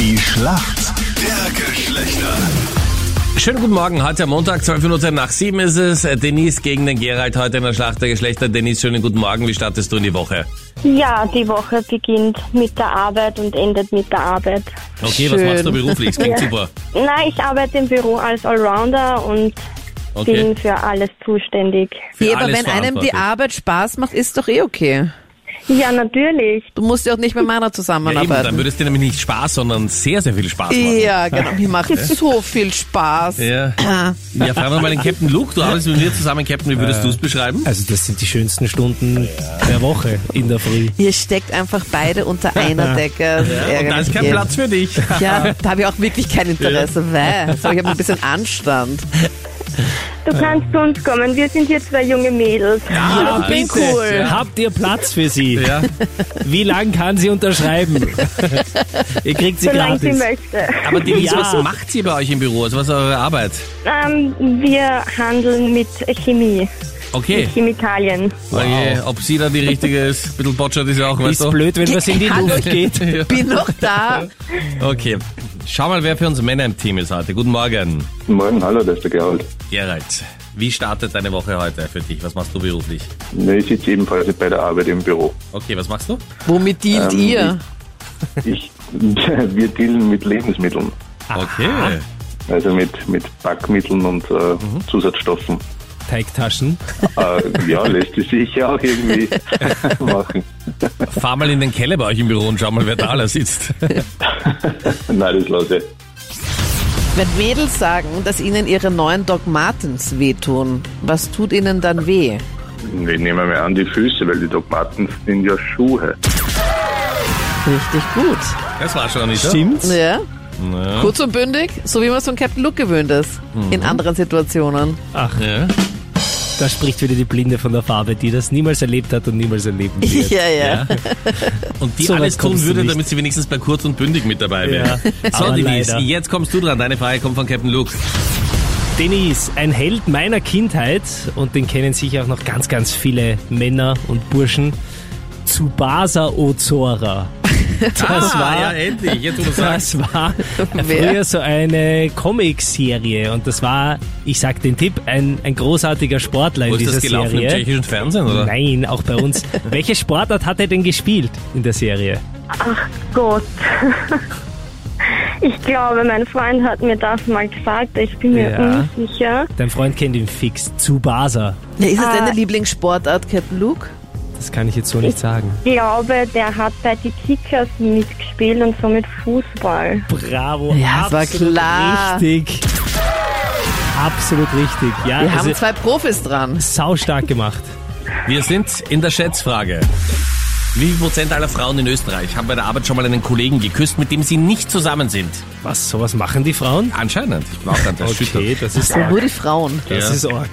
Schlacht der Geschlechter. Schönen guten Morgen, heute am Montag, 12 Minuten nach 7 ist es. Denise gegen den Gerald heute in der Schlacht der Geschlechter. Denise, schönen guten Morgen, wie startest du in die Woche? Ja, die Woche beginnt mit der Arbeit und endet mit der Arbeit. Okay, was machst du beruflich? Das klingt super. Na, ich arbeite im Büro als Allrounder und Okay. bin für alles zuständig. Für ja, aber alles wenn einem die verantwortlich. Arbeit Spaß macht, ist doch eh okay. Ja, natürlich. Du musst ja auch nicht mit meiner Ja, eben, dann zusammenarbeiten. würdest dir nämlich nicht Spaß, sondern sehr, sehr viel Spaß machen. Ja, genau. Mir macht so viel Spaß. Ja. ja, fragen wir mal den Captain Luke. Du arbeitest mit mir zusammen, Captain. Wie würdest du es beschreiben? Also das sind die schönsten Stunden der Woche in der Früh. Ihr steckt einfach beide unter einer Decke. Ja, Und da ist kein Platz für dich. Ja, da habe ich auch wirklich kein Interesse. Weil. So, ich habe ein bisschen Anstand. Du kannst zu uns kommen. Wir sind hier zwei junge Mädels. Ah, bin bitte. cool. Habt ihr Platz für sie? Ja. Wie lang kann sie unterschreiben? ihr kriegt sie Solange sie gratis. möchte. Aber Denise, Ja. was macht sie bei euch im Büro? Also was ist eure Arbeit? Ähm, wir handeln mit Chemie, Okay. mit Chemikalien. Oje, ob sie da die richtige ist, ein bisschen botschert ist ja auch, weißt Ist du? blöd, wenn was in die Hallo. Luft geht. Also. Ja. Bin noch da. Okay. Schau mal, wer für uns Männer im Team ist heute. Guten Morgen. Guten Morgen, hallo, da ist der Gerald. Gerald, wie startet deine Woche heute für dich? Was machst du beruflich? Ne, Ich sitze ebenfalls bei der Arbeit im Büro. Okay, was machst du? Womit dealt Ähm, ihr? Ich, wir dealen mit Lebensmitteln, Okay. also mit, mit Backmitteln und äh, Zusatzstoffen. Teigtaschen. Äh, ja, lässt es sich ja auch irgendwie machen. Fahr mal in den Keller bei euch im Büro und schau mal, wer da alles sitzt. Nein, das lasse ich. Wenn Mädels sagen, dass ihnen ihre neuen Doc Martens wehtun, was tut ihnen dann weh? Ich nehme mal an, die Füße, weil die Dogmaten sind ja Schuhe. Richtig gut. Das war schon nicht Stimmt's? Ja. Kurz und bündig, so wie man es von Captain Luke gewöhnt ist. In anderen Situationen. Ach, Ja. da spricht wieder die Blinde von der Farbe, die das niemals erlebt hat und niemals erleben wird. ja. Und die So weit alles tun kommst du würde, nicht. damit sie wenigstens bei kurz und bündig mit dabei wäre. Ja, So, aber Denise, leider. jetzt kommst du dran. Deine Frage kommt von Captain Luke. Denise, ein Held meiner Kindheit und den kennen sicher auch noch ganz, ganz viele Männer und Burschen. Tsubasa Ozora. Das Ah, war ja, endlich. Jetzt, wo du sagst. Ah. Das war Wer? früher so eine Comic-Serie und das war, ich sag den Tipp, ein, ein großartiger Sportler in Wo ist dieser das gelaufen? Im Serie. tschechischen Fernsehen, oder? Nein, auch bei uns. Welche Sportart hat er denn gespielt in der Serie? Gott. Ich glaube, mein Freund hat mir das mal gesagt. Ich bin mir Ja. unsicher. Dein Freund kennt ihn fix, Tsubasa. ja ist es deine Lieblingssportart, Captain Luke? Das kann ich jetzt so nicht sagen. Ich glaube, der hat bei die Kickers mitgespielt und somit Fußball. Bravo, Ja, es war absolut klar. richtig. Absolut richtig. Ja, Wir also, haben zwei Profis dran. sau stark gemacht. Wir sind in der Schätzfrage. Wie viel Prozent aller Frauen in Österreich haben bei der Arbeit schon mal einen Kollegen geküsst, mit dem sie nicht zusammen sind? Was, sowas machen die Frauen? Anscheinend. Ich war auch ganz erschüttert. Okay, das ist arg. Nur die Frauen. Das Ja. ist arg.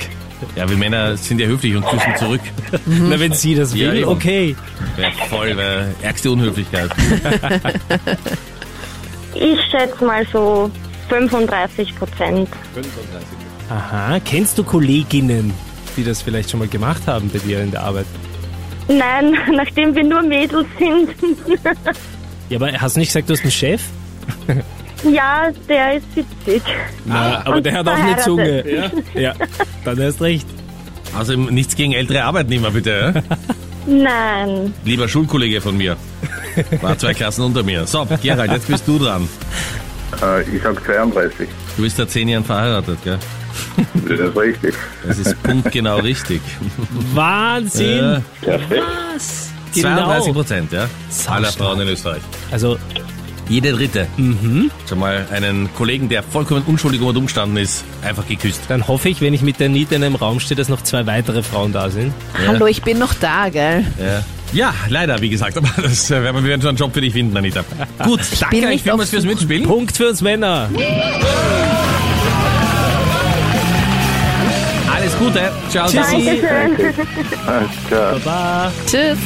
Ja, wir Männer sind ja höflich und küssen zurück. Na, wenn sie das Ja, will, eben. okay. Wär voll, wär ärgste Unhöflichkeit. Ich schätze mal so 35 Prozent. Aha, kennst du Kolleginnen, die das vielleicht schon mal gemacht haben bei dir in der Arbeit? Nein, nachdem wir nur Mädels sind. Ja, aber hast du nicht gesagt, du hast einen Chef? Ja, der ist 70. Na, Ah. und verheiratet. Ja. ja, dann hast recht. Also nichts gegen ältere Arbeitnehmer, bitte. ja? Nein. Lieber Schulkollege von mir. War zwei Klassen unter mir. So, Gerald, jetzt bist du dran. Äh, ich sag 32. Du bist seit zehn Jahren verheiratet, gell? Das ist richtig. Das ist punktgenau richtig. Wahnsinn! Perfekt. Was? 32 Genau. Prozent, ja? Sau Aller stark. Frauen in Österreich. Also, Jede dritte. Schon mal einen Kollegen, der vollkommen unschuldig um und umstanden ist, einfach geküsst. dann hoffe ich, wenn ich mit der Niete in einem Raum stehe, dass noch zwei weitere Frauen da sind. Hallo, ich bin noch da, gell? Ja. Ja, leider, wie gesagt, aber das äh, werden wir wir werden schon einen Job für dich finden, Anita. Gut, danke bin euch nicht vielmals auf fürs Mitspielen. Punkt für uns Männer! Alles Gute. Ciao, Tschüssi. Dankeschön. Alles Ah, klar. Baba! Tschüss.